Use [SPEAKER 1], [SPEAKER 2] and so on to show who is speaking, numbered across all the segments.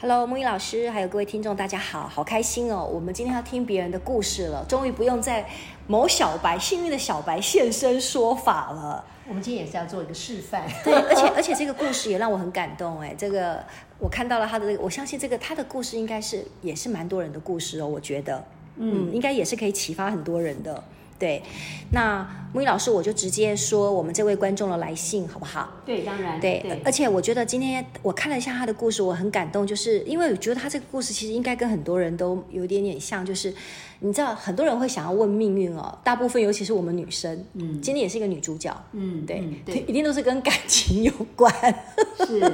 [SPEAKER 1] Hello，木易老师，还有各位听众，大家好，好开心哦！我们今天要听别人的故事了，终于不用在某小白幸运的小白现身说法了。
[SPEAKER 2] 我们今天也是要做一个示范，
[SPEAKER 1] 对，而且而且这个故事也让我很感动哎，这个我看到了他的这个，我相信这个他的故事应该是也是蛮多人的故事哦，我觉得，嗯，应该也是可以启发很多人的。对，那木易老师，我就直接说我们这位观众的来信好不好？
[SPEAKER 2] 对，当然，
[SPEAKER 1] 对，
[SPEAKER 2] 对
[SPEAKER 1] 而且我觉得今天我看了一下他的故事，我很感动，就是因为我觉得他这个故事其实应该跟很多人都有点点像，就是你知道很多人会想要问命运哦，大部分尤其是我们女生，嗯，今天也是一个女主角，
[SPEAKER 2] 嗯，
[SPEAKER 1] 对，
[SPEAKER 2] 嗯
[SPEAKER 1] 一定都是跟感情有关。
[SPEAKER 2] 对，是，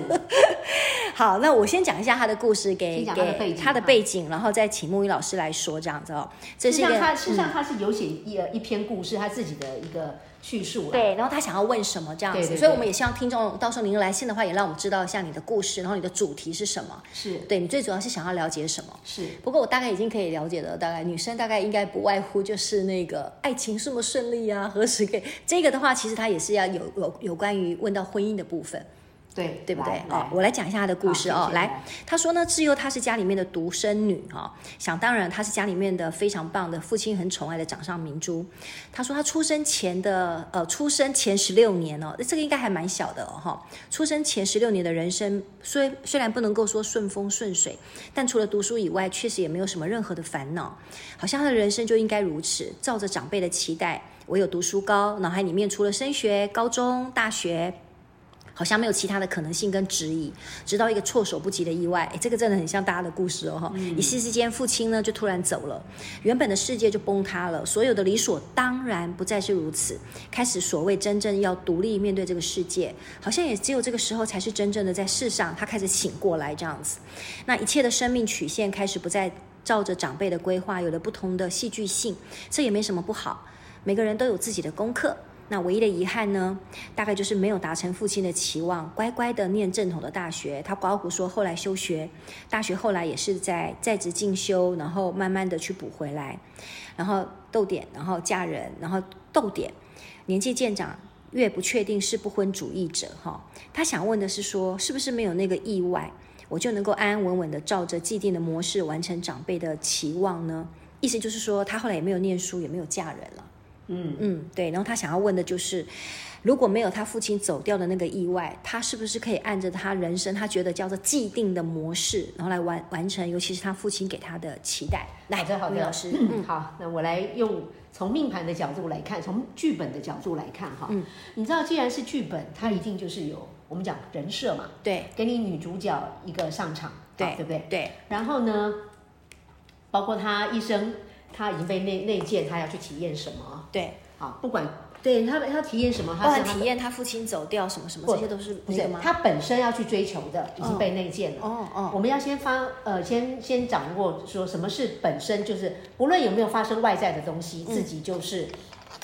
[SPEAKER 1] 好，那我先讲一下他的故事给
[SPEAKER 2] 先讲他的背
[SPEAKER 1] 给
[SPEAKER 2] 景
[SPEAKER 1] 他的
[SPEAKER 2] 哈
[SPEAKER 1] 背景，然后再请木鱼老师来说这样子哦。这
[SPEAKER 2] 事
[SPEAKER 1] 是
[SPEAKER 2] 实
[SPEAKER 1] 一
[SPEAKER 2] 上
[SPEAKER 1] 个嗯
[SPEAKER 2] 他事实上他是有写一呃一篇故事，他自己的一个叙述啦。
[SPEAKER 1] 对，然后他想要问什么这样子，
[SPEAKER 2] 对对对
[SPEAKER 1] 所以我们也希望听众到时候您来信的话，也让我们知道一下你的故事，然后你的主题是什么。
[SPEAKER 2] 是
[SPEAKER 1] 对你最主要是想要了解什么？
[SPEAKER 2] 是，
[SPEAKER 1] 不过我大概已经可以了解了，大概女生大概应该不外乎就是那个爱情顺不顺利啊，何时可以？这个的话，其实它也是要有有有关于问到婚姻的部分。
[SPEAKER 2] 对，
[SPEAKER 1] 对不对
[SPEAKER 2] 来？
[SPEAKER 1] 哦
[SPEAKER 2] 来，
[SPEAKER 1] 我来讲一下她的故事哦。
[SPEAKER 2] 好谢谢
[SPEAKER 1] 来
[SPEAKER 2] 来，
[SPEAKER 1] 她说呢，自幼她是家里面的独生女哈、想当然她是家里面的非常棒的，父亲很宠爱的掌上明珠。她说她出生前的呃，出生前十六年哦，这个应该还蛮小的哦哈、出生前十六年的人生，虽虽然不能够说顺风顺水，但除了读书以外，确实也没有什么任何的烦恼，好像她的人生就应该如此，照着长辈的期待。唯有读书高，脑海里面除了升学、高中、大学，好像没有其他的可能性跟质疑，直到一个措手不及的意外，诶这个真的很像大家的故事哦哈。一夕之间，父亲呢就突然走了，原本的世界就崩塌了，所有的理所当然不再是如此，开始所谓真正要独立面对这个世界，好像也只有这个时候才是真正的在世上，他开始醒过来这样子。那一切的生命曲线开始不再照着长辈的规划，有了不同的戏剧性，这也没什么不好。每个人都有自己的功课。那唯一的遗憾呢，大概就是没有达成父亲的期望，乖乖的念正统的大学。他刮胡说后来休学，大学后来也是在在职进修，然后慢慢的去补回来，然后逗点，然后嫁人，然后逗点，年纪渐长。越不确定是不婚主义者哈，他想问的是说，是不是没有那个意外，我就能够安安稳稳的照着既定的模式完成长辈的期望呢？意思就是说，他后来也没有念书，也没有嫁人了。嗯，对。然后他想要问的就是，如果没有他父亲走掉的那个意外，他是不是可以按着他人生他觉得叫做既定的模式，然后来完完成，尤其是他父亲给他的期待？来，
[SPEAKER 2] 好的，好
[SPEAKER 1] 魏
[SPEAKER 2] 的，
[SPEAKER 1] 老师，
[SPEAKER 2] 嗯，好，那我来用从命盘的角度来看，从剧本的角度来看哈，嗯，你知道，既然是剧本，它一定就是有我们讲人设嘛，
[SPEAKER 1] 对
[SPEAKER 2] 给你女主角一个上场，
[SPEAKER 1] 对
[SPEAKER 2] 好对不对？
[SPEAKER 1] 对
[SPEAKER 2] 然后呢，包括她一生，她已经被内内建，她要去体验什么，
[SPEAKER 1] 对，
[SPEAKER 2] 好，不管对她她体验什么，
[SPEAKER 1] 包
[SPEAKER 2] 她是
[SPEAKER 1] 含
[SPEAKER 2] 她
[SPEAKER 1] 体验哦他父亲走掉什么什么，
[SPEAKER 2] 不
[SPEAKER 1] 这些都是
[SPEAKER 2] 不
[SPEAKER 1] 那
[SPEAKER 2] 是
[SPEAKER 1] 个吗？
[SPEAKER 2] 她本身要去追求的，已经被内建了。
[SPEAKER 1] 哦哦，
[SPEAKER 2] 我们要先发呃，先先掌握说什么是本身就是，不论有没有发生外在的东西，
[SPEAKER 1] 嗯
[SPEAKER 2] 自己就是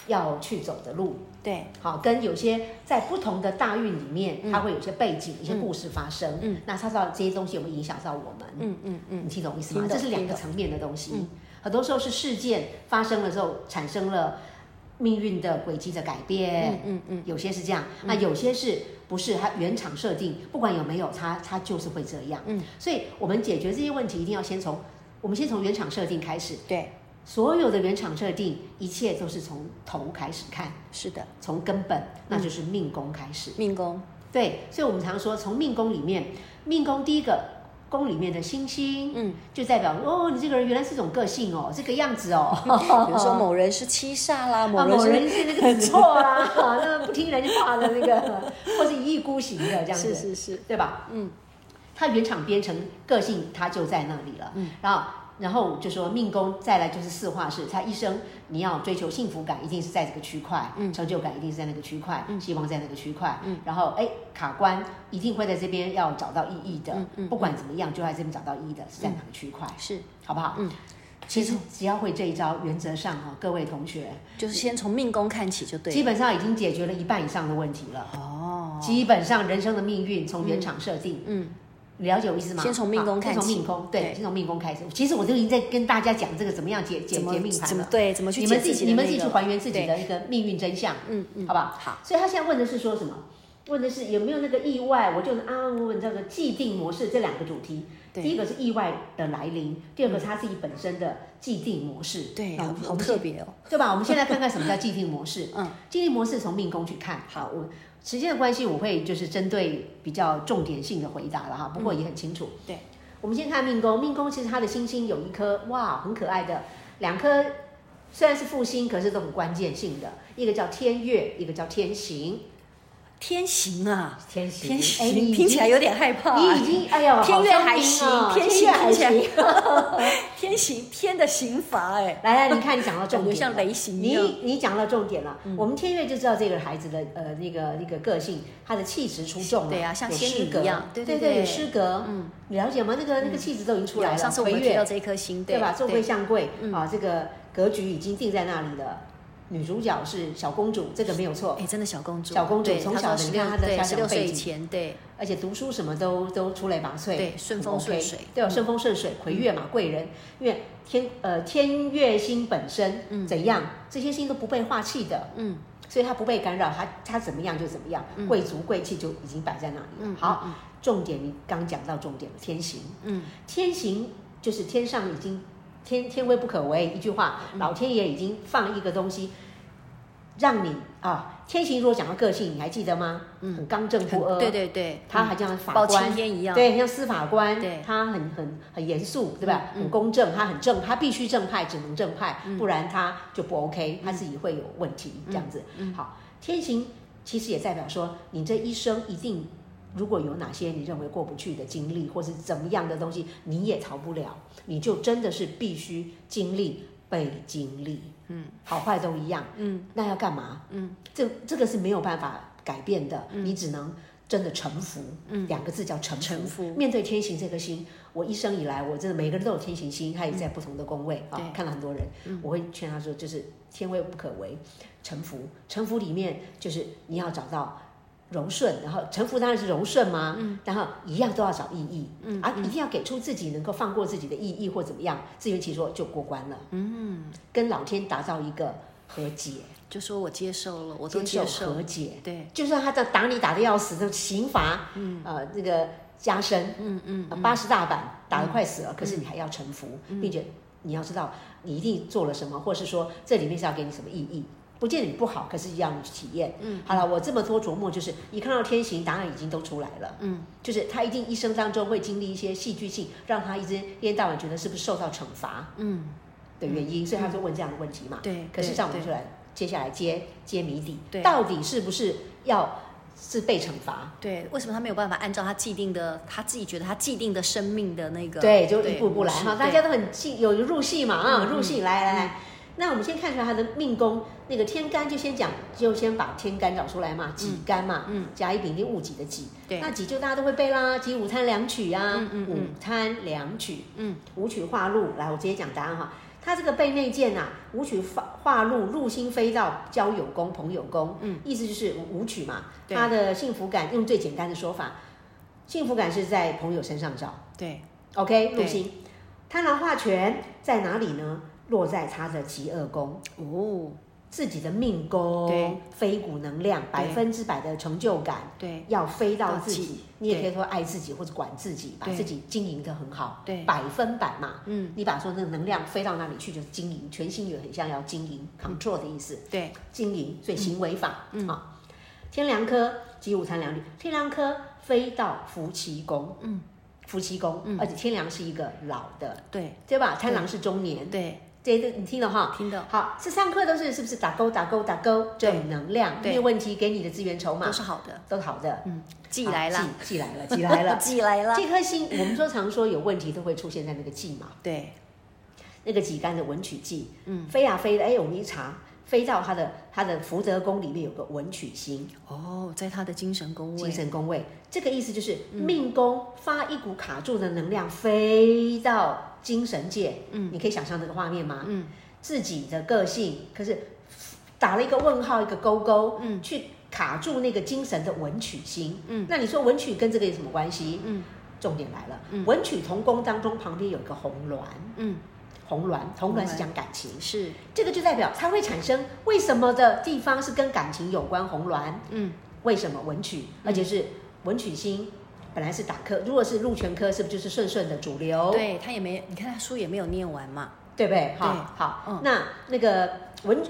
[SPEAKER 2] 要去走的路。
[SPEAKER 1] 对
[SPEAKER 2] 好，跟有些在不同的大运里面，它会有些背景、一些故事发生。嗯，那它到这些东西有没有影响到我们？嗯嗯嗯，你听懂意嗯思吗
[SPEAKER 1] 听？懂
[SPEAKER 2] 这是两
[SPEAKER 1] 听
[SPEAKER 2] 个
[SPEAKER 1] 懂
[SPEAKER 2] 层面的东西。很多时候是事件发生了之后，产生了命运的轨迹的改变。嗯嗯，有些是这样，那有些是不是它原厂设定？不管有没有它，它就是会这样。嗯，所以我们解决这些问题，一定要先从我们先从原厂设定开始。
[SPEAKER 1] 对，
[SPEAKER 2] 所有的原厂设定，一切都是从头开始看。
[SPEAKER 1] 是的，
[SPEAKER 2] 从根本，
[SPEAKER 1] 嗯
[SPEAKER 2] 那就是命宫开始。
[SPEAKER 1] 命宫
[SPEAKER 2] 对，所以我们常说，从命宫里面，命宫第一个宫里面的星星，
[SPEAKER 1] 嗯，
[SPEAKER 2] 就代表哦，你这个人原来是这种个性哦，这个样子哦。
[SPEAKER 1] 比如说某人是七煞啦，
[SPEAKER 2] 啊，
[SPEAKER 1] 某人
[SPEAKER 2] 某
[SPEAKER 1] 是、
[SPEAKER 2] 人是那 个子破啊， 那不听人话的那个， 或是一意孤行的这样子，
[SPEAKER 1] 是是是，
[SPEAKER 2] 对吧？嗯，他原厂编程个性，他就在那里了。嗯，然后然后就说命宫，再来就是四化是，他一生你要追求幸福感，一定是在这个区块，
[SPEAKER 1] 嗯
[SPEAKER 2] 成就感一定是在那个区块，
[SPEAKER 1] 嗯
[SPEAKER 2] 希望在那个区块，
[SPEAKER 1] 嗯
[SPEAKER 2] 然后哎卡关一定会在这边要找到意义的，
[SPEAKER 1] 嗯嗯
[SPEAKER 2] 不管怎么样就在这边找到意义的，是在哪个区块，
[SPEAKER 1] 是，
[SPEAKER 2] 好不好？
[SPEAKER 1] 嗯，
[SPEAKER 2] 其实只要会这一招，原则上哈、各位同学
[SPEAKER 1] 就是先从命宫看起就对
[SPEAKER 2] 基
[SPEAKER 1] 了。
[SPEAKER 2] 本上已经解决了一半以上的问题了。
[SPEAKER 1] 哦，
[SPEAKER 2] 基本上人生的命运从原厂设定，
[SPEAKER 1] 嗯，
[SPEAKER 2] 了解我意思吗？
[SPEAKER 1] 先从命宫
[SPEAKER 2] 好
[SPEAKER 1] 看
[SPEAKER 2] 先从
[SPEAKER 1] 起
[SPEAKER 2] 命宫，对，
[SPEAKER 1] 对
[SPEAKER 2] 先从命宫开始。其实我就已经在跟大家讲这个怎么样解解
[SPEAKER 1] 怎么
[SPEAKER 2] 解命
[SPEAKER 1] 怎
[SPEAKER 2] 盘
[SPEAKER 1] 么
[SPEAKER 2] 了。
[SPEAKER 1] 对，怎么去
[SPEAKER 2] 你们
[SPEAKER 1] 解
[SPEAKER 2] 自己、
[SPEAKER 1] 的
[SPEAKER 2] 你们
[SPEAKER 1] 那
[SPEAKER 2] 自己去
[SPEAKER 1] 个
[SPEAKER 2] 还原自己
[SPEAKER 1] 对
[SPEAKER 2] 的一个命运真相，
[SPEAKER 1] 嗯嗯，
[SPEAKER 2] 好不好？
[SPEAKER 1] 好，
[SPEAKER 2] 所以他现在问的是说什么？问的是有没有那个意外？我就能安安稳稳叫做既定模式这两个主题。
[SPEAKER 1] 对嗯
[SPEAKER 2] 第一个是意外的来临，第二个是他自己本身的既定模式。
[SPEAKER 1] 对，
[SPEAKER 2] 那我
[SPEAKER 1] 好
[SPEAKER 2] 们
[SPEAKER 1] 好特别哦。
[SPEAKER 2] 对吧？我们现在看看什么叫既定模式。
[SPEAKER 1] 嗯，
[SPEAKER 2] 既定模式从命宫去看。好，我时间的关系，我会就是针对比较重点性的回答了哈，不过也很清楚。
[SPEAKER 1] 嗯对，
[SPEAKER 2] 我们先看命宫，命宫其实它的星星有一颗哇，很可爱的两颗。虽然是复星，可是都很关键性的，一个叫天月，一个叫天行。
[SPEAKER 1] 天行啊，
[SPEAKER 2] 天行
[SPEAKER 1] 天
[SPEAKER 2] 哎你
[SPEAKER 1] 行
[SPEAKER 2] 已
[SPEAKER 1] 听起来
[SPEAKER 2] 经
[SPEAKER 1] 有点害怕啊。
[SPEAKER 2] 你已经哎呀，
[SPEAKER 1] 天
[SPEAKER 2] 好
[SPEAKER 1] 月
[SPEAKER 2] 聪
[SPEAKER 1] 还
[SPEAKER 2] 明
[SPEAKER 1] 行啊
[SPEAKER 2] 哦，
[SPEAKER 1] 天
[SPEAKER 2] 月
[SPEAKER 1] 行
[SPEAKER 2] 还
[SPEAKER 1] 听起来
[SPEAKER 2] 行。
[SPEAKER 1] 天行天的刑罚哎，
[SPEAKER 2] 来来，你看你讲到重
[SPEAKER 1] 感
[SPEAKER 2] 点
[SPEAKER 1] 觉
[SPEAKER 2] 了，
[SPEAKER 1] 像雷刑一
[SPEAKER 2] 你
[SPEAKER 1] 样。嗯
[SPEAKER 2] 你讲到重点了，我们天月就知道这个孩子的呃那个那个个性，他的气质出众了，
[SPEAKER 1] 对啊像
[SPEAKER 2] 有
[SPEAKER 1] 仙
[SPEAKER 2] 诗
[SPEAKER 1] 女
[SPEAKER 2] 格
[SPEAKER 1] 一样
[SPEAKER 2] 对
[SPEAKER 1] 对
[SPEAKER 2] 对
[SPEAKER 1] 对
[SPEAKER 2] 对，
[SPEAKER 1] 对
[SPEAKER 2] 有诗格，嗯
[SPEAKER 1] 嗯，
[SPEAKER 2] 了解吗？那个那个气质都已经出来了，
[SPEAKER 1] 啊上次我们
[SPEAKER 2] 魁
[SPEAKER 1] 提到
[SPEAKER 2] 月
[SPEAKER 1] 这一颗星，
[SPEAKER 2] 对吧？坐
[SPEAKER 1] 对
[SPEAKER 2] 贵相贵
[SPEAKER 1] 嗯
[SPEAKER 2] 啊，这个格局已经定在那里了。女主角是小公主，这个没有错
[SPEAKER 1] 哎、，真的小公主，
[SPEAKER 2] 小公主
[SPEAKER 1] 对
[SPEAKER 2] 从
[SPEAKER 1] 她说
[SPEAKER 2] 小的你
[SPEAKER 1] 16
[SPEAKER 2] 看她的
[SPEAKER 1] 对
[SPEAKER 2] 家
[SPEAKER 1] 十
[SPEAKER 2] 长
[SPEAKER 1] 六
[SPEAKER 2] 背
[SPEAKER 1] 岁以
[SPEAKER 2] 景
[SPEAKER 1] 前，对
[SPEAKER 2] 而且读书什么都都出类拔萃，
[SPEAKER 1] 对顺风
[SPEAKER 2] 很 OK
[SPEAKER 1] 顺水嗯
[SPEAKER 2] 对哦，顺风顺水，魁月嘛，贵人，因为天呃天月星本身
[SPEAKER 1] 嗯
[SPEAKER 2] 怎样，这些星都不被化气的，
[SPEAKER 1] 嗯，
[SPEAKER 2] 所以他不被干扰，他他怎么样就怎么样，
[SPEAKER 1] 嗯
[SPEAKER 2] 贵族贵气就已经摆在那里了。
[SPEAKER 1] 嗯
[SPEAKER 2] 好，
[SPEAKER 1] 嗯
[SPEAKER 2] 重点你刚讲到重点了，天行，
[SPEAKER 1] 嗯，
[SPEAKER 2] 天行就是天上已经天天威不可违，一句话，
[SPEAKER 1] 嗯
[SPEAKER 2] 老天爷已经放一个东西，让你啊，天行如果讲到个性，你还记得吗？嗯，很刚正
[SPEAKER 1] 很
[SPEAKER 2] 不阿，
[SPEAKER 1] 对对对，
[SPEAKER 2] 他
[SPEAKER 1] 嗯
[SPEAKER 2] 好像法
[SPEAKER 1] 包
[SPEAKER 2] 官
[SPEAKER 1] 青天一样，
[SPEAKER 2] 对，像司法官，
[SPEAKER 1] 对
[SPEAKER 2] 他很很很严肃，对吧？
[SPEAKER 1] 嗯嗯嗯
[SPEAKER 2] 很公正，他很正，他必须正派，只能正派，不然他就不 OK，他自己会有问题，这样子。
[SPEAKER 1] 嗯
[SPEAKER 2] 好，天行其实也代表说，你这一生一定如果有哪些你认为过不去的经历，或是怎么样的东西，你也逃不了，你就真的是必须经历被经历，嗯，好坏都一样，
[SPEAKER 1] 嗯，
[SPEAKER 2] 那要干嘛？
[SPEAKER 1] 嗯，
[SPEAKER 2] 这这个是没有办法改变的，你只能真的臣服。嗯，两个字叫臣服。
[SPEAKER 1] 臣服
[SPEAKER 2] 面对天行这颗星，我一生以来，我真的每个人都有天行星，他也在不同的宫位啊、
[SPEAKER 1] 对
[SPEAKER 2] 看了很多人，我会劝他说，就是天位不可违，臣服。臣服里面就是你要找到。柔顺，然后臣服当然是柔顺嘛，然后一样都要找意义，嗯，而一定要给出自己能够放过自己的意义或怎么样，自圆其说就过关了，嗯，跟老天达到一个和解，
[SPEAKER 1] 就说我接受了，我都接
[SPEAKER 2] 接受
[SPEAKER 1] 受
[SPEAKER 2] 和，解，
[SPEAKER 1] 对，
[SPEAKER 2] 就算他这样打你打的要死，那刑罚，嗯，呃，那个加深，嗯嗯，八十大板打得快死了，可是你还要臣服，并且你要知道你一定做了什么，或是说这里面是要给你什么意义。不见得你不好，可是要你去体验。嗯，好了，我这么多琢磨，就是一看到天行，答案已经都出来了。嗯，就是他一定一生当中会经历一些戏剧性，让他一直一天到晚觉得是不是受到惩罚
[SPEAKER 1] 嗯，
[SPEAKER 2] 的原因，所以他就问这样的问题嘛。
[SPEAKER 1] 对。
[SPEAKER 2] 可是
[SPEAKER 1] 对
[SPEAKER 2] 像我们
[SPEAKER 1] 对
[SPEAKER 2] 就来接下来揭揭谜底，
[SPEAKER 1] 对
[SPEAKER 2] 到底是不是要是被惩罚？
[SPEAKER 1] 对，为什么他没有办法按照他既定的，他自己觉得他既定的生命的那个？
[SPEAKER 2] 对，就一步步来
[SPEAKER 1] 模式
[SPEAKER 2] 哈，
[SPEAKER 1] 对
[SPEAKER 2] 大家都很进有入戏嘛啊，
[SPEAKER 1] 嗯
[SPEAKER 2] 入戏来来来。那我们先看出来他的命宫那个天干，就先讲，就先把天干找出来嘛，己干嘛，
[SPEAKER 1] 嗯
[SPEAKER 2] 甲乙丙丁戊己的己，
[SPEAKER 1] 对
[SPEAKER 2] 那己就大家都会背啦，己午贪两曲啊，
[SPEAKER 1] 嗯嗯嗯
[SPEAKER 2] 午贪两曲，
[SPEAKER 1] 嗯，
[SPEAKER 2] 武曲化禄，来，我直接讲答案哈。他这个背内剑啊，武曲化化禄，禄星飞到交友宫、朋友宫，
[SPEAKER 1] 嗯，
[SPEAKER 2] 意思就是武曲嘛，
[SPEAKER 1] 对
[SPEAKER 2] 他的幸福感，用最简单的说法，幸福感是在朋友身上找
[SPEAKER 1] 对，
[SPEAKER 2] ，OK，
[SPEAKER 1] 对
[SPEAKER 2] 禄星，贪狼化权在哪里呢？落在他的极恶宫，
[SPEAKER 1] 哦，
[SPEAKER 2] 自己的命
[SPEAKER 1] 对
[SPEAKER 2] 宫，飞股能量，百
[SPEAKER 1] 对
[SPEAKER 2] 分之百的成就感，
[SPEAKER 1] 对，
[SPEAKER 2] 要飞到
[SPEAKER 1] 到自
[SPEAKER 2] 自己
[SPEAKER 1] 己，
[SPEAKER 2] 你也
[SPEAKER 1] 对
[SPEAKER 2] 可以说爱自己或者管自己，把
[SPEAKER 1] 对
[SPEAKER 2] 自己经营的很好，
[SPEAKER 1] 对
[SPEAKER 2] 百分百嘛，
[SPEAKER 1] 嗯，
[SPEAKER 2] 你把说那个能量飞到那里去，就是经营，全心也很像要经营 control 的意思，
[SPEAKER 1] 嗯对，
[SPEAKER 2] 经营，所以行为法，嗯啊，天良科及午餐良率，天良科飞到夫妻宫，嗯，夫妻宫，而且天良是一个老的，
[SPEAKER 1] 嗯对，
[SPEAKER 2] 对吧？贪狼是中年，
[SPEAKER 1] 对，
[SPEAKER 2] 这个你听了哈。
[SPEAKER 1] 听到
[SPEAKER 2] 好，这上课都是是不是打勾打勾打勾？这种能量，
[SPEAKER 1] 对
[SPEAKER 2] 没有问题，给你的资源筹码
[SPEAKER 1] 都是好的，
[SPEAKER 2] 都好的，
[SPEAKER 1] 嗯，寄来啦，
[SPEAKER 2] 好，啊 寄寄来了，寄来了。
[SPEAKER 1] 寄来啦，
[SPEAKER 2] 这颗星，我们说常说有问题都会出现在那个寄嘛，
[SPEAKER 1] 对，
[SPEAKER 2] 那个几杆的文曲季，嗯，飞啊飞的，哎，我们一查，飞到他的他的福德宫里面有个文曲星，
[SPEAKER 1] 哦，在他的精神宫
[SPEAKER 2] 精
[SPEAKER 1] 位，
[SPEAKER 2] 神宫位，嗯这个意思就是命宫发一股卡住的能量飞到精神界，嗯，你可以想象那个画面吗？嗯，自己的个性可是打了一个问号，一个勾勾，嗯，去卡住那个精神的文曲星，嗯，那你说文曲跟这个有什么关系？嗯，重点来了，文曲同宫当中旁边有一个红鸾，
[SPEAKER 1] 嗯，
[SPEAKER 2] 红鸾，红鸾是
[SPEAKER 1] 鸾
[SPEAKER 2] 讲感情，
[SPEAKER 1] 嗯是，
[SPEAKER 2] 这个就代表它会产生为什么的地方是跟感情有关红鸾，
[SPEAKER 1] 嗯，
[SPEAKER 2] 为什么文曲，而且是文曲星本来是打科，如果是禄全科，是不是就是顺顺的主流？
[SPEAKER 1] 对他也没，你看他书也没有念完嘛，
[SPEAKER 2] 对不对？好
[SPEAKER 1] 对
[SPEAKER 2] 好，
[SPEAKER 1] 嗯
[SPEAKER 2] 那那个文，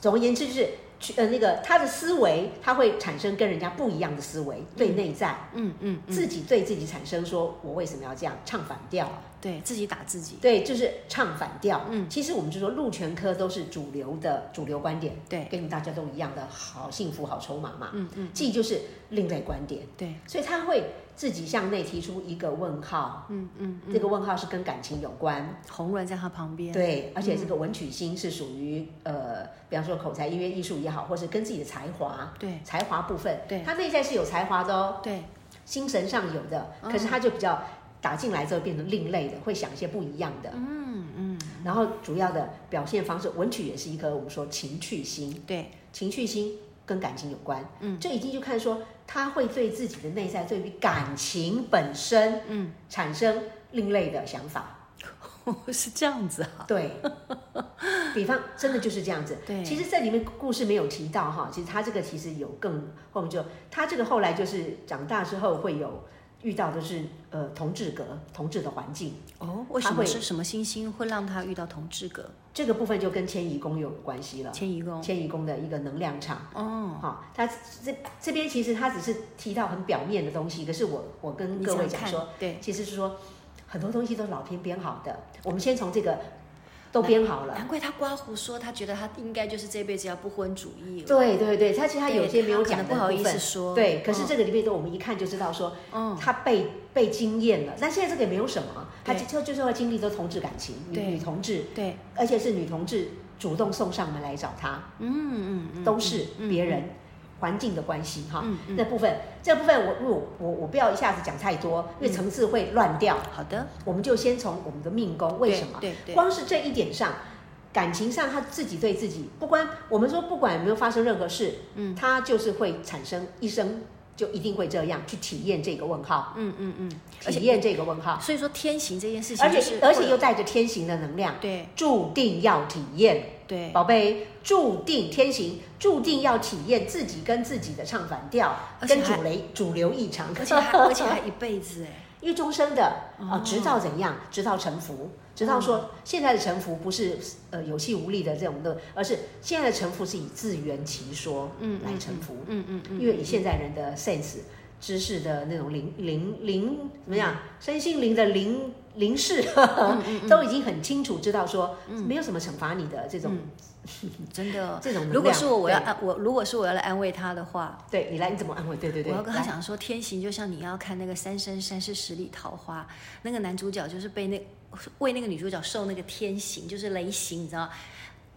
[SPEAKER 2] 总而言之就是。去呃，那个他的思维，他会产生跟人家不一样的思维，对内在，
[SPEAKER 1] 嗯嗯，嗯
[SPEAKER 2] 自己对自己产生说，我为什么要这样唱反调？
[SPEAKER 1] 对自己打自己，
[SPEAKER 2] 对，就是唱反调。
[SPEAKER 1] 嗯
[SPEAKER 2] 嗯，其实我们就说陆全科都是主流的主流观点，
[SPEAKER 1] 对
[SPEAKER 2] 跟你们大家都一样的好幸福好筹码嘛。
[SPEAKER 1] 嗯嗯，
[SPEAKER 2] 既就是另类观点，
[SPEAKER 1] 对，
[SPEAKER 2] 所以他会自己向内提出一个问号，
[SPEAKER 1] 嗯嗯，
[SPEAKER 2] 这个问号是跟感情有关。
[SPEAKER 1] 红鸾在他旁边，，
[SPEAKER 2] 对，而且这个文曲星是属于
[SPEAKER 1] 嗯
[SPEAKER 2] 呃，比方说口才、音乐、艺术也好，或是跟自己的才华，
[SPEAKER 1] 对
[SPEAKER 2] 才华部分，
[SPEAKER 1] 对
[SPEAKER 2] 他内在是有才华的哦，
[SPEAKER 1] 对，
[SPEAKER 2] 精神上有的，
[SPEAKER 1] 嗯
[SPEAKER 2] 可是他就比较打进来之后变成另类的，会想一些不一样的。嗯嗯。然后主要的表现方式，文曲也是一颗我们说情趣星，
[SPEAKER 1] 对，
[SPEAKER 2] 情趣星跟感情有关。嗯，这已经就看说他会对自己的内在，对于感情本身，嗯，产生另类的想法。
[SPEAKER 1] 是这样子啊，
[SPEAKER 2] 对，比方真的就是这样子。
[SPEAKER 1] 对
[SPEAKER 2] 其实这里面故事没有提到哈，其实他这个其实有更后面就他这个后来就是长大之后会有遇到的是呃同志格同志的环境，
[SPEAKER 1] 哦，为什
[SPEAKER 2] 他
[SPEAKER 1] 么
[SPEAKER 2] 会
[SPEAKER 1] 是什么星星会让他遇到同志格
[SPEAKER 2] 这个部分就跟迁移宫有关系了。
[SPEAKER 1] 迁移宫？
[SPEAKER 2] 迁移宫的一个能量场，
[SPEAKER 1] 啊哦，
[SPEAKER 2] 好、他这这边其实他只是提到很表面的东西，可是我我跟
[SPEAKER 1] 你
[SPEAKER 2] 各位
[SPEAKER 1] 这样
[SPEAKER 2] 讲
[SPEAKER 1] 看
[SPEAKER 2] 说，，
[SPEAKER 1] 对，
[SPEAKER 2] 其实是说很多东西都老天编好的，我们先从这个都编好了，
[SPEAKER 1] 难怪他刮胡说，他觉得他应该就是这辈子要不婚主义了。
[SPEAKER 2] 对对对，他其实他
[SPEAKER 1] 对
[SPEAKER 2] 有些没有
[SPEAKER 1] 他可
[SPEAKER 2] 讲
[SPEAKER 1] 能
[SPEAKER 2] 的
[SPEAKER 1] 不好
[SPEAKER 2] 部
[SPEAKER 1] 意
[SPEAKER 2] 分
[SPEAKER 1] 思说
[SPEAKER 2] 对，可
[SPEAKER 1] 嗯
[SPEAKER 2] 是这个里面的我们一看就知道说，
[SPEAKER 1] 嗯
[SPEAKER 2] 他被被惊艳了。但现在这个也没有什么，他
[SPEAKER 1] 对
[SPEAKER 2] 就就是会经历都同志感情，女
[SPEAKER 1] 对
[SPEAKER 2] 女同志，
[SPEAKER 1] 对，
[SPEAKER 2] 而且是女同志主动送上门来找他，
[SPEAKER 1] 嗯嗯嗯，
[SPEAKER 2] 都是
[SPEAKER 1] 嗯
[SPEAKER 2] 别人。环境的关系哈，
[SPEAKER 1] 嗯嗯
[SPEAKER 2] 那部分这部分我我我我不要一下子讲太多，因为层次会乱掉。
[SPEAKER 1] 好的，
[SPEAKER 2] 我们就先从我们的命宫，为什么？
[SPEAKER 1] 嗯对对对
[SPEAKER 2] 光是这一点上，感情上他自己对自己，不管我们说不管有没有发生任何事，嗯，他就是会产生一生就一定会这样去体验这个问号，
[SPEAKER 1] 嗯嗯嗯，而且
[SPEAKER 2] 体验这个问号，
[SPEAKER 1] 所以说天行这件事情
[SPEAKER 2] 而
[SPEAKER 1] 就
[SPEAKER 2] 且
[SPEAKER 1] 是会，
[SPEAKER 2] 而且又带着天行的能量，
[SPEAKER 1] 对
[SPEAKER 2] 注定要体验。
[SPEAKER 1] 对
[SPEAKER 2] 宝贝，注定天行，注定要体验自己跟自己的唱反调，
[SPEAKER 1] 而且
[SPEAKER 2] 跟
[SPEAKER 1] 还
[SPEAKER 2] 主流主流异常，
[SPEAKER 1] 而且 还而且还一辈子哎，
[SPEAKER 2] 因为终生的
[SPEAKER 1] 哦
[SPEAKER 2] 啊，直到怎样，直到臣服，直到说现在的臣服不是呃有气无力的这种的，而是现在的臣服是以自圆其说
[SPEAKER 1] 嗯
[SPEAKER 2] 来臣服，
[SPEAKER 1] 嗯嗯嗯，
[SPEAKER 2] 因为以现在人的 sense 知识的那种灵灵灵怎么
[SPEAKER 1] 嗯
[SPEAKER 2] 样，身心灵的灵灵视 都已经很清楚知道说
[SPEAKER 1] 嗯
[SPEAKER 2] 没有什么惩罚你的这种
[SPEAKER 1] 真的，
[SPEAKER 2] 这种能量
[SPEAKER 1] 如果是我，我要
[SPEAKER 2] 对
[SPEAKER 1] 安我如果是我要来安慰他的话。
[SPEAKER 2] 对你来你怎么安慰？对对
[SPEAKER 1] 我
[SPEAKER 2] 对，
[SPEAKER 1] 要跟他
[SPEAKER 2] 来
[SPEAKER 1] 讲说，天行就像你要看那个《三生三世十里桃花》，那个男主角就是被那为那个女主角受那个天行，就是雷行，你知道，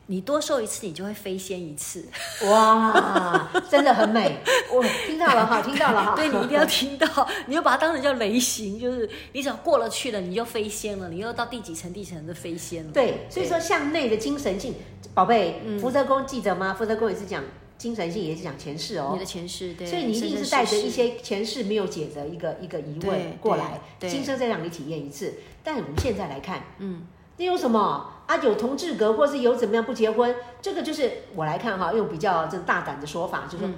[SPEAKER 1] 你多受一次，你就会飞仙一 次。
[SPEAKER 2] 哇，真的很 美，我听到了哈，听到了哈，
[SPEAKER 1] 对你一定要听到，你就把它当成叫雷行，就是你只要过了去了，你就飞仙了，你又到第几层第几层的飞仙了。
[SPEAKER 2] 对，所以说向内的精神性，宝贝，
[SPEAKER 1] 嗯
[SPEAKER 2] 福德宫记得吗？福德宫也是讲精神性，也是讲前世哦
[SPEAKER 1] 你的。前世，对，
[SPEAKER 2] 所以你一定
[SPEAKER 1] 生
[SPEAKER 2] 是
[SPEAKER 1] 生
[SPEAKER 2] 带
[SPEAKER 1] 世
[SPEAKER 2] 着
[SPEAKER 1] 世
[SPEAKER 2] 一些前世没有解的一个一个疑
[SPEAKER 1] 对
[SPEAKER 2] 问过来，
[SPEAKER 1] 对对
[SPEAKER 2] 今生再让你体验一次。但我们现在来看，嗯，那有什么啊？有同志格，或是有怎么样不结婚？这个就是我来看哈，用比较这大胆的说法，
[SPEAKER 1] 嗯
[SPEAKER 2] 就是说。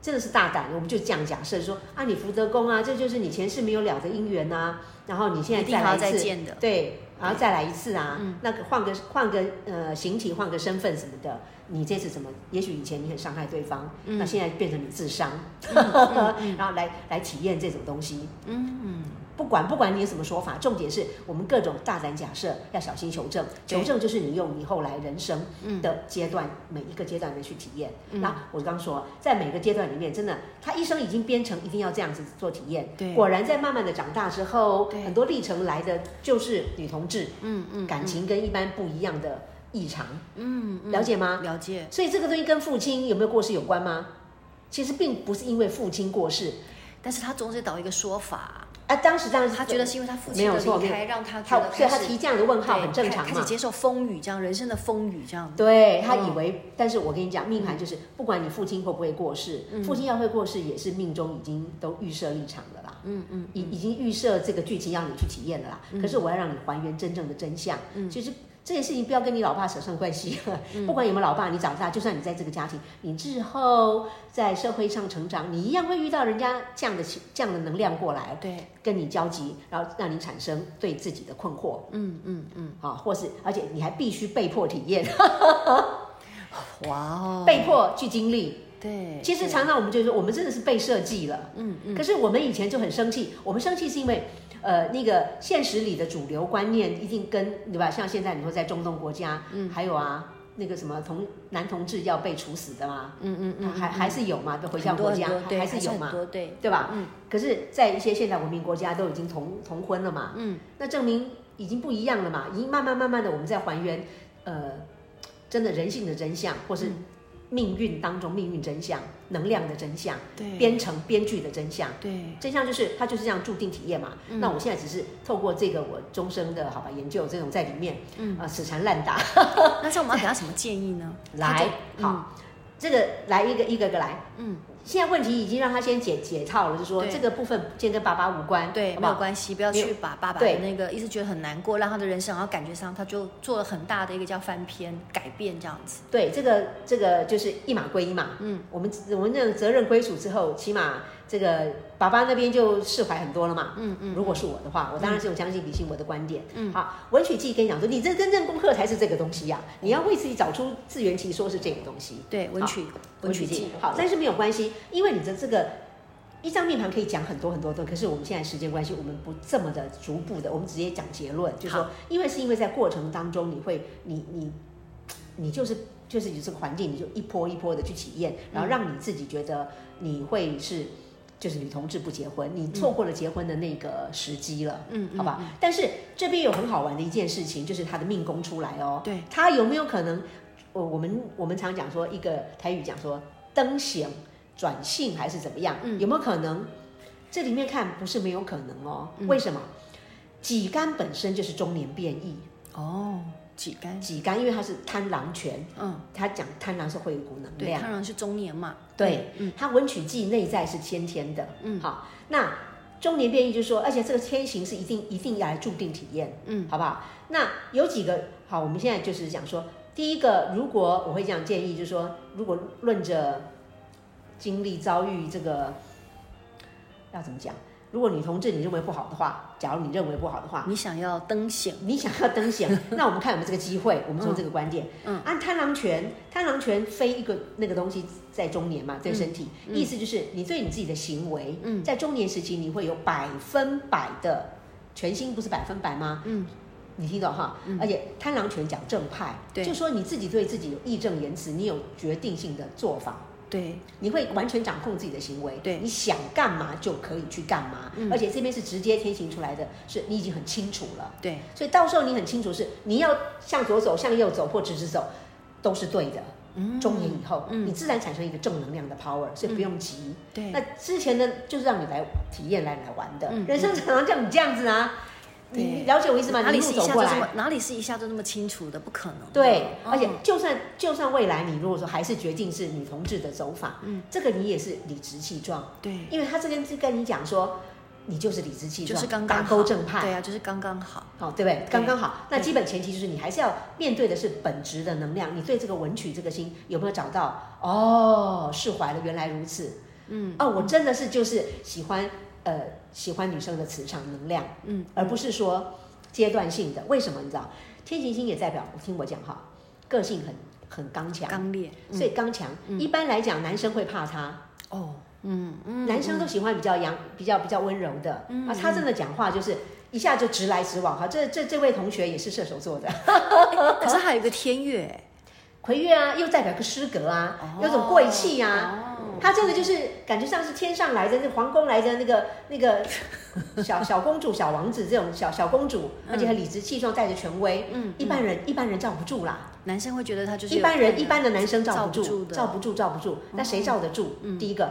[SPEAKER 2] 真的是大胆，我们就这样假设说啊，你福德宫啊，这就是你前世没有了的姻缘呐、然后你现
[SPEAKER 1] 一
[SPEAKER 2] 在
[SPEAKER 1] 定
[SPEAKER 2] 再
[SPEAKER 1] 还要
[SPEAKER 2] 来一
[SPEAKER 1] 啊再
[SPEAKER 2] 次，
[SPEAKER 1] 见的。嗯
[SPEAKER 2] 对，然后再来一次啊，那个换个换个呃形体，换个身份什么的，你这次怎么？也许以前你很伤害对方，
[SPEAKER 1] 嗯
[SPEAKER 2] 那现在变成你自伤，然后来来体验这种东西，
[SPEAKER 1] 嗯，
[SPEAKER 2] 不管不管你有什么说法，重点是我们各种大胆假设，要小心求证。
[SPEAKER 1] 对嗯
[SPEAKER 2] 求证就是你用你后来人生的阶段、每一个阶段里面去体验。那我刚说，在每个阶段里面，真的他一生已经编程一定要这样子做体验。
[SPEAKER 1] 对
[SPEAKER 2] 果然在慢慢的长大之后
[SPEAKER 1] 对，
[SPEAKER 2] 很多历程来的就是女同志
[SPEAKER 1] 嗯嗯，
[SPEAKER 2] 感情跟一般不一样的异常，
[SPEAKER 1] 嗯，嗯
[SPEAKER 2] 了解吗？
[SPEAKER 1] 了解，
[SPEAKER 2] 所以这个东西跟父亲有没有过世有关吗？其实并不是因为父亲过世，
[SPEAKER 1] 但是他总是找一个说法，
[SPEAKER 2] 啊，当时当然
[SPEAKER 1] 他觉得是因为他父
[SPEAKER 2] 没
[SPEAKER 1] 亲
[SPEAKER 2] 有
[SPEAKER 1] 的
[SPEAKER 2] 错
[SPEAKER 1] 离
[SPEAKER 2] 没
[SPEAKER 1] 开
[SPEAKER 2] 有
[SPEAKER 1] 让他觉
[SPEAKER 2] 他
[SPEAKER 1] 得，
[SPEAKER 2] 所以他提这样的问号
[SPEAKER 1] 对
[SPEAKER 2] 很正常
[SPEAKER 1] 开开
[SPEAKER 2] 嘛
[SPEAKER 1] 始。接受风雨这样人生的风雨这样，
[SPEAKER 2] 对他
[SPEAKER 1] 嗯
[SPEAKER 2] 以为，但是我跟你讲，命盘就是不管你父亲会不会过世，
[SPEAKER 1] 嗯
[SPEAKER 2] 父亲要会过世也是命中已经都预设立场了啦，
[SPEAKER 1] 嗯嗯，
[SPEAKER 2] 已已经预设这个剧情让你去体验了啦。可是我要让你还原真正的真相，
[SPEAKER 1] 嗯
[SPEAKER 2] 其实这件事情不要跟你老爸扯上关系，不管有没有老爸，你长大，就算你在这个家庭，你日后在社会上成长，你一样会遇到人家这样的情这样的能量过来，
[SPEAKER 1] 对，
[SPEAKER 2] 跟你交集，然后让你产生对自己的困惑，
[SPEAKER 1] 嗯嗯嗯，
[SPEAKER 2] 啊，或是而且你还必须被迫体验，
[SPEAKER 1] 哇哦，
[SPEAKER 2] 被迫去经历。
[SPEAKER 1] 对，
[SPEAKER 2] 其实
[SPEAKER 1] 对
[SPEAKER 2] 常常我们就说，我们真的是被设计了。嗯嗯。可是我们以前就很生气，我们生气是因为，呃，那个现实里的主流观念一定跟对吧？像现在你说在中东国家，嗯，还有啊，那个什么同男同志要被处死的嘛，
[SPEAKER 1] 嗯嗯嗯，
[SPEAKER 2] 还还是有嘛，都回
[SPEAKER 1] 很
[SPEAKER 2] 教
[SPEAKER 1] 多
[SPEAKER 2] 国
[SPEAKER 1] 很
[SPEAKER 2] 家
[SPEAKER 1] 多，对，
[SPEAKER 2] 还是有
[SPEAKER 1] 很
[SPEAKER 2] 嘛，
[SPEAKER 1] 多对，
[SPEAKER 2] 对吧？
[SPEAKER 1] 嗯
[SPEAKER 2] 可是，在一些现代文明国家都已经同同婚了嘛，
[SPEAKER 1] 嗯，
[SPEAKER 2] 那证明已经不一样了嘛，已经慢慢慢慢的我们在还原，呃，真的人性的真相，或是命运当中命运真相、能量的真相、
[SPEAKER 1] 对，
[SPEAKER 2] 编程编剧的真相。
[SPEAKER 1] 对，
[SPEAKER 2] 真相就是它就是这样注定体验嘛。
[SPEAKER 1] 嗯
[SPEAKER 2] 那我现在只是透过这个我终生的好吧研究这种在里面，
[SPEAKER 1] 嗯
[SPEAKER 2] 啊、死缠烂打
[SPEAKER 1] 那像我们要给他什么建议 呢？
[SPEAKER 2] 来
[SPEAKER 1] 他就
[SPEAKER 2] 好，这个来一个一个个来。
[SPEAKER 1] 嗯，
[SPEAKER 2] 现在问题已经让他先解解套了，就是说
[SPEAKER 1] 对
[SPEAKER 2] 这个部分先跟爸爸无关，
[SPEAKER 1] 嗯对，
[SPEAKER 2] 好
[SPEAKER 1] 没
[SPEAKER 2] 不
[SPEAKER 1] 有
[SPEAKER 2] 好？
[SPEAKER 1] 关系，不要
[SPEAKER 2] 没有
[SPEAKER 1] 去把爸爸的
[SPEAKER 2] 对
[SPEAKER 1] 那个一直觉得很难过，让他的人生，然后感觉上他就做了很大的一个叫翻篇改变这样子，
[SPEAKER 2] 对，这个这个就是一码归一码。
[SPEAKER 1] 嗯，
[SPEAKER 2] 我们我们那个责任归属之后，起码这个爸爸那边就释怀很多了嘛。
[SPEAKER 1] 嗯嗯，
[SPEAKER 2] 如果是我的话，我当然是有将心比心我的观点。
[SPEAKER 1] 嗯
[SPEAKER 2] 好，文曲季跟你讲说，你这真正功课才是这个东西呀、你要为自己找出自圆其说是这个东西。
[SPEAKER 1] 对文曲文曲
[SPEAKER 2] 季
[SPEAKER 1] 记嗯
[SPEAKER 2] 好，但是没有关系，因为你的这个一张命盘可以讲很多很多的，可是我们现在时间关系，我们不这么的逐步的，我们直接讲结论，就是说
[SPEAKER 1] 好，
[SPEAKER 2] 因为是因为在过程当中，你会，你你你就是就是有这个环境，你就一波一波的去体验，然后让你自己觉得你会是。就是女同志不结婚，你错过了结婚的那个时机了，
[SPEAKER 1] 嗯嗯
[SPEAKER 2] 好吧。但是这边有很好玩的一件事情，就是他的命宫出来哦，
[SPEAKER 1] 对，
[SPEAKER 2] 他有没有可能？我我们我们常讲说一个台语讲说登显转性还是怎么样？
[SPEAKER 1] 嗯
[SPEAKER 2] 有没有可能？这里面看不是没有可能哦。
[SPEAKER 1] 嗯
[SPEAKER 2] 为什么？己干本身就是中年变异，
[SPEAKER 1] 哦，己干，
[SPEAKER 2] 己干因为它是贪狼权，
[SPEAKER 1] 嗯，
[SPEAKER 2] 他讲贪狼是会有一股能
[SPEAKER 1] 对，
[SPEAKER 2] 量，
[SPEAKER 1] 当然是中年嘛，
[SPEAKER 2] 对，
[SPEAKER 1] 嗯，
[SPEAKER 2] 它文曲忌内在是先天的，
[SPEAKER 1] 嗯
[SPEAKER 2] 好，那中年变异就是说，而且这个天行是一定一定要来注定体验，
[SPEAKER 1] 嗯，
[SPEAKER 2] 好不好？那有几个好，我们现在就是讲说，第一个，如果我会这样建议，就是说，如果论着经历遭遇这个，要怎么讲？如果女同志你认为不好的话，假如你认为不好的话，
[SPEAKER 1] 你想要登显，
[SPEAKER 2] 你想要 登显，那我们看有没有这个机会？我们从这个观点，
[SPEAKER 1] 嗯
[SPEAKER 2] 按贪狼拳，贪狼拳非一个那个东西在中年嘛，对身体，
[SPEAKER 1] 嗯
[SPEAKER 2] 意思就是你对你自己的行为，
[SPEAKER 1] 嗯
[SPEAKER 2] 在中年时期你会有百分百的全心，不是百分百吗？
[SPEAKER 1] 嗯，
[SPEAKER 2] 你听懂哈？
[SPEAKER 1] 嗯
[SPEAKER 2] 而且贪狼拳讲正派，
[SPEAKER 1] 对
[SPEAKER 2] 就说你自己对自己有义正言辞，你有决定性的做法，
[SPEAKER 1] 对，
[SPEAKER 2] 你会完全掌控自己的行为，
[SPEAKER 1] 对
[SPEAKER 2] 你想干嘛就可以去干嘛，
[SPEAKER 1] 嗯
[SPEAKER 2] 而且这边是直接天行出来的，是你已经很清楚了。
[SPEAKER 1] 对，
[SPEAKER 2] 所以到时候你很清楚是你要向左走、向右走或直直走，都是对的。
[SPEAKER 1] 嗯
[SPEAKER 2] 中年以后，
[SPEAKER 1] 嗯
[SPEAKER 2] 你自然产生一个正能量的 power，所以不用急。
[SPEAKER 1] 对，
[SPEAKER 2] 那之前呢，就是让你来体验、来来玩的。
[SPEAKER 1] 嗯
[SPEAKER 2] 人生常常叫你这样子啊，
[SPEAKER 1] 对
[SPEAKER 2] 你了解我意思吗？
[SPEAKER 1] 哪
[SPEAKER 2] 你
[SPEAKER 1] 里
[SPEAKER 2] 一
[SPEAKER 1] 是
[SPEAKER 2] 路
[SPEAKER 1] 一
[SPEAKER 2] 走
[SPEAKER 1] 下
[SPEAKER 2] 过
[SPEAKER 1] 就这
[SPEAKER 2] 来
[SPEAKER 1] 么，哪里是一下就那么清楚的，不可能的。
[SPEAKER 2] 对，
[SPEAKER 1] 嗯
[SPEAKER 2] 而且就算就算未来你如果说还是决定是女同志的走法，
[SPEAKER 1] 嗯
[SPEAKER 2] 这个你也是理直气壮，
[SPEAKER 1] 对，
[SPEAKER 2] 因为他这跟这跟你讲说，你就是理直气
[SPEAKER 1] 就
[SPEAKER 2] 壮，
[SPEAKER 1] 是刚
[SPEAKER 2] 打
[SPEAKER 1] 刚
[SPEAKER 2] 勾
[SPEAKER 1] 好
[SPEAKER 2] 正派，
[SPEAKER 1] 对啊，就是刚刚好。
[SPEAKER 2] 哦，对不对？刚刚好。那
[SPEAKER 1] 对
[SPEAKER 2] 基本前提就是你还是要面对的是本质的能量，你对这个文曲这个心有没有找到？哦，释怀了，原来如此。
[SPEAKER 1] 嗯，
[SPEAKER 2] 哦，我真的是就是喜欢呃喜欢女生的磁场能量，
[SPEAKER 1] 嗯，
[SPEAKER 2] 而不是说阶段性的。为什么你知道？天行星也代表，我听我讲哈，个性很很刚强，
[SPEAKER 1] 刚烈。嗯
[SPEAKER 2] 所以刚强、一般来讲男生会怕他，
[SPEAKER 1] 哦，
[SPEAKER 2] 嗯嗯，男生都喜欢比较阳、比较比较温柔的。
[SPEAKER 1] 嗯
[SPEAKER 2] 啊，他真的讲话就是一下就直来直往哈。这这这位同学也是射手座 的，
[SPEAKER 1] 可是还有一个天月，
[SPEAKER 2] 魁月啊，又代表个诗格啊，
[SPEAKER 1] 哦
[SPEAKER 2] 有种贵气啊。他这个就是感觉像是天上来的那皇宫来的那个 那个小小公主、小王子这种小小公主，
[SPEAKER 1] 嗯
[SPEAKER 2] 而且很理直气壮，带着权威。嗯，一般人一般人罩不住啦。
[SPEAKER 1] 男生会觉得他就是
[SPEAKER 2] 一
[SPEAKER 1] 有
[SPEAKER 2] 般人
[SPEAKER 1] 看
[SPEAKER 2] 一般的男生罩
[SPEAKER 1] 罩
[SPEAKER 2] 不
[SPEAKER 1] 不
[SPEAKER 2] 住，
[SPEAKER 1] 的，嗯
[SPEAKER 2] 罩不住，罩不住。那谁罩得住？第一个，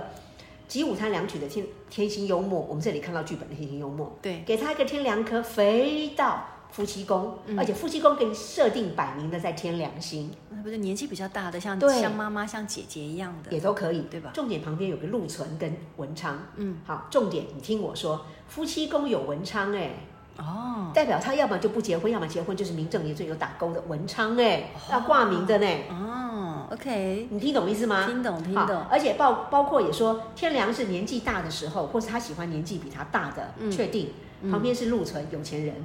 [SPEAKER 2] 集午餐两曲的天天心幽默，我们这里看到剧本的天心幽默，
[SPEAKER 1] 对，
[SPEAKER 2] 给他一个天梁科，肥到夫妻宫，
[SPEAKER 1] 嗯
[SPEAKER 2] 而且夫妻宫给你设定摆明的在天梁星
[SPEAKER 1] 那不是年纪比较大的，像
[SPEAKER 2] 对
[SPEAKER 1] 像妈妈、像姐姐一样的
[SPEAKER 2] 也，都可以，
[SPEAKER 1] 对吧
[SPEAKER 2] 重点旁边有个禄存跟文昌，嗯，好，重点你听我说，夫妻宫有文昌哎、
[SPEAKER 1] 哦，
[SPEAKER 2] 代表他要么就不结婚，要么结婚就是名正言顺有打勾的文昌哎、要挂名的呢、
[SPEAKER 1] 哦，OK，
[SPEAKER 2] 你听懂意思吗？
[SPEAKER 1] 听懂听
[SPEAKER 2] 好
[SPEAKER 1] 懂
[SPEAKER 2] 而且包包括也说，天良是年纪大的时候，或是他喜欢年纪比他大的，
[SPEAKER 1] 嗯
[SPEAKER 2] 确定。旁边是陆存，有钱人，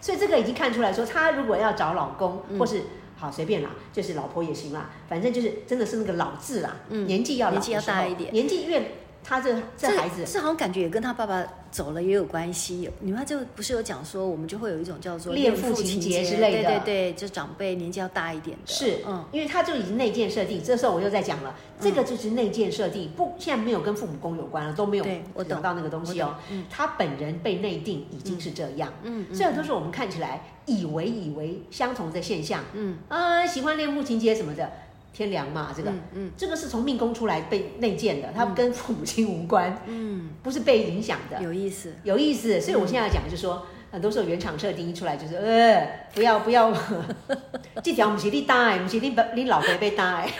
[SPEAKER 2] 所以这个已经看出来说，他如果要找老公，
[SPEAKER 1] 嗯
[SPEAKER 2] 或是好随便啦，就是老婆也行啦，反正就是真的是那个老字啦，年纪要老的时候，
[SPEAKER 1] 嗯年纪要大一点
[SPEAKER 2] 年纪越他这这孩子
[SPEAKER 1] 这好像感觉也跟他爸爸走了也有关系。你们就不是有讲说，我们就会有一种叫做
[SPEAKER 2] 恋
[SPEAKER 1] 父
[SPEAKER 2] 父情
[SPEAKER 1] 节
[SPEAKER 2] 节之类的
[SPEAKER 1] 对对对，就长辈年纪要大一点的，
[SPEAKER 2] 是，
[SPEAKER 1] 嗯，
[SPEAKER 2] 因为他就已经内建设定，这时候我又在讲了，这个就是内建设定，不，现在没有跟父母宫有关了，都没有
[SPEAKER 1] 对我懂嗯
[SPEAKER 2] 讲到那个东西哦。他本人被内定已经是这样，嗯，所以很多时候我们看起来以为以为相同的现象，嗯，啊，喜欢恋父情节什么的。天良嘛，这个，嗯，这个是从命宫出来被内建的，它跟父母亲无关，嗯，不是被影响的，
[SPEAKER 1] 有意思。
[SPEAKER 2] 有嗯意思。所以我现在要讲就是说，很多时候原厂设定一出来就是，呃，不要不要， 这条不是你搭哎，不是你爸你老伯被搭哎，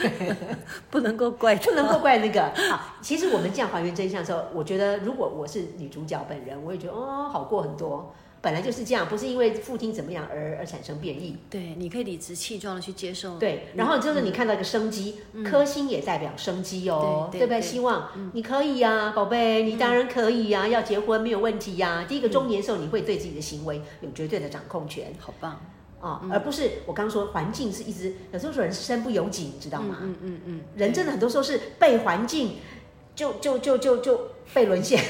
[SPEAKER 1] 不能够怪 他
[SPEAKER 2] 不能够怪那个。好，其实我们这样还原真相的时候，我觉得如果我是女主角本人，我也觉得哦，好过很多。本来就是这样，不是因为父亲怎么样而而产生变异。
[SPEAKER 1] 对，你可以理直气壮的去接受。
[SPEAKER 2] 对，然后就是你看到一个生机，颗星也代表生机哦，
[SPEAKER 1] 嗯对对嗯
[SPEAKER 2] 对不对？
[SPEAKER 1] 对
[SPEAKER 2] 希望你可以呀，宝贝，你当然可以啊呀，要结婚没有问题呀。
[SPEAKER 1] 嗯
[SPEAKER 2] 第一个中年时候，你会对自己的行为有绝对的掌控权
[SPEAKER 1] 好棒，
[SPEAKER 2] 啊，
[SPEAKER 1] 嗯
[SPEAKER 2] 而不是我刚说环境是一直有时候人是身不由己，你知道吗？
[SPEAKER 1] 嗯嗯嗯，
[SPEAKER 2] 人真的很多时候是被环境就就就就就被沦 陷，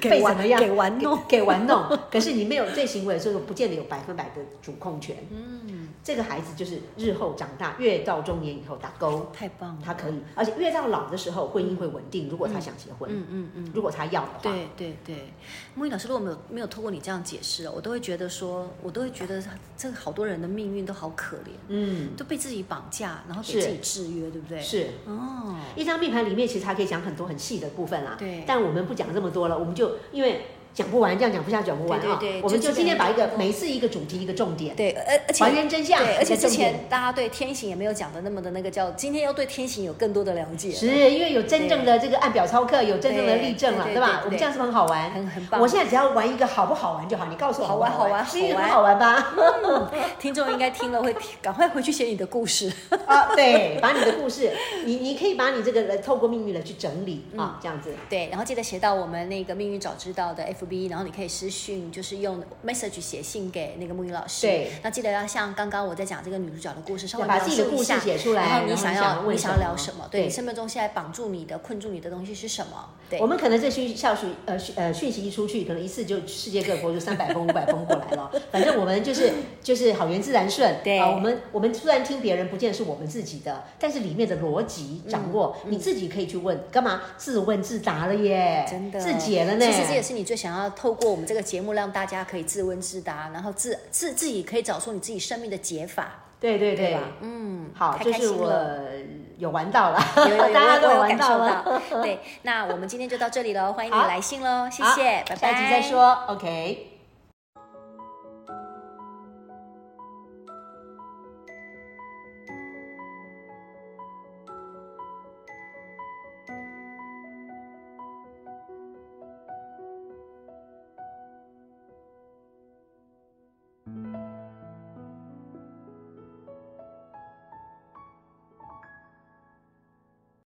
[SPEAKER 1] 给
[SPEAKER 2] 被
[SPEAKER 1] 玩
[SPEAKER 2] 怎么样
[SPEAKER 1] 给玩弄
[SPEAKER 2] 给给玩弄。 可是你没有这行为的时候，不见得有百分百的主控权。嗯，这个孩子就是日后长大，越到中年以后打勾，
[SPEAKER 1] 太棒了。
[SPEAKER 2] 他可以，而且越到老的时候，婚姻会稳定。如果他想结婚，
[SPEAKER 1] 嗯嗯嗯。
[SPEAKER 2] 如果他要的话，
[SPEAKER 1] 对对对，木易老师，如果没有没有透过你这样解释哦，我都会觉得说，我都会觉得这个好多人的命运都好可怜，
[SPEAKER 2] 嗯，
[SPEAKER 1] 都被自己绑架，然后给
[SPEAKER 2] 是
[SPEAKER 1] 自己制约，对不对？
[SPEAKER 2] 是。
[SPEAKER 1] 哦，
[SPEAKER 2] 一张命盘里面其实还可以讲很多很细的部分啦，
[SPEAKER 1] 对
[SPEAKER 2] 但我们不讲这么多了，我们就因为讲不完，这样讲不下去，讲不完
[SPEAKER 1] 对
[SPEAKER 2] 啊、
[SPEAKER 1] 对对
[SPEAKER 2] 我们就
[SPEAKER 1] 就基嗯
[SPEAKER 2] 今
[SPEAKER 1] 本
[SPEAKER 2] 天把一
[SPEAKER 1] 上
[SPEAKER 2] 个
[SPEAKER 1] 就
[SPEAKER 2] 每次一个主题一个重点，
[SPEAKER 1] 对，而而且
[SPEAKER 2] 还原真相
[SPEAKER 1] 对，而且
[SPEAKER 2] 才
[SPEAKER 1] 之
[SPEAKER 2] 是重点
[SPEAKER 1] 前大家对天行也没有讲的那么的那个叫，今天要对天行有更多的了解，
[SPEAKER 2] 是因为有真正的这个按表操课，有真正的例证了，
[SPEAKER 1] 对对
[SPEAKER 2] 对
[SPEAKER 1] 对
[SPEAKER 2] 吧
[SPEAKER 1] 对？
[SPEAKER 2] 我们这样是不是很好玩，
[SPEAKER 1] 很很棒
[SPEAKER 2] 我现在只要玩一个好不好玩就好，你告诉我
[SPEAKER 1] 好
[SPEAKER 2] 不
[SPEAKER 1] 玩
[SPEAKER 2] 好
[SPEAKER 1] 好玩
[SPEAKER 2] 是因为
[SPEAKER 1] 好玩
[SPEAKER 2] 很好玩吧？
[SPEAKER 1] 听众应该听了会 赶快回去写你的故事。
[SPEAKER 2] 啊，对，把你的故事，你你可以把你这个来透过命运来去整理
[SPEAKER 1] 嗯
[SPEAKER 2] 啊，这样子。
[SPEAKER 1] 对，然后记得写到我们那个命运早知道的 FB，然后你可以私讯，就是用 message 写信给那个木鱼老师。
[SPEAKER 2] 对
[SPEAKER 1] 那记得要像刚刚我在讲这个女主角的故事，稍微
[SPEAKER 2] 要把自己的
[SPEAKER 1] 描述一
[SPEAKER 2] 故事
[SPEAKER 1] 下
[SPEAKER 2] 写出来
[SPEAKER 1] 然后你
[SPEAKER 2] 然后
[SPEAKER 1] 想
[SPEAKER 2] 你
[SPEAKER 1] 要
[SPEAKER 2] 想问
[SPEAKER 1] 你想要
[SPEAKER 2] 什么
[SPEAKER 1] 聊什么？对你
[SPEAKER 2] 对
[SPEAKER 1] 生命中现在绑住你的、困住你的东西是什么？对
[SPEAKER 2] 我，们可能这讯消息呃讯呃讯息一出去，可能一次就世界各国就三百封五百封过来 了。反正我们就是就是好缘自然顺，
[SPEAKER 1] 对
[SPEAKER 2] 啊，我们我们虽然听别人，不见得是我们自己的，但是里面的逻辑掌握，
[SPEAKER 1] 嗯
[SPEAKER 2] 你自己可以去问，干嘛自问自答了耶，
[SPEAKER 1] 真的
[SPEAKER 2] 自解了呢。
[SPEAKER 1] 其实这也是你最想要透过我们这个节目，让大家可以自问自答，然后自自自己可以找出你自己生命的解法，
[SPEAKER 2] 对对
[SPEAKER 1] 对
[SPEAKER 2] 对
[SPEAKER 1] 吧，？嗯，
[SPEAKER 2] 好，
[SPEAKER 1] 太
[SPEAKER 2] 就
[SPEAKER 1] 开
[SPEAKER 2] 是
[SPEAKER 1] 心
[SPEAKER 2] 我呃
[SPEAKER 1] 了。
[SPEAKER 2] 有玩到了，
[SPEAKER 1] 有有有，
[SPEAKER 2] 大家都
[SPEAKER 1] 我有
[SPEAKER 2] 玩
[SPEAKER 1] 感受
[SPEAKER 2] 到了。
[SPEAKER 1] 到。对，那我们今天就到这里喽，欢迎你
[SPEAKER 2] 好
[SPEAKER 1] 来信喽，谢
[SPEAKER 2] 好
[SPEAKER 1] 谢，拜拜，
[SPEAKER 2] 下集再说，OK。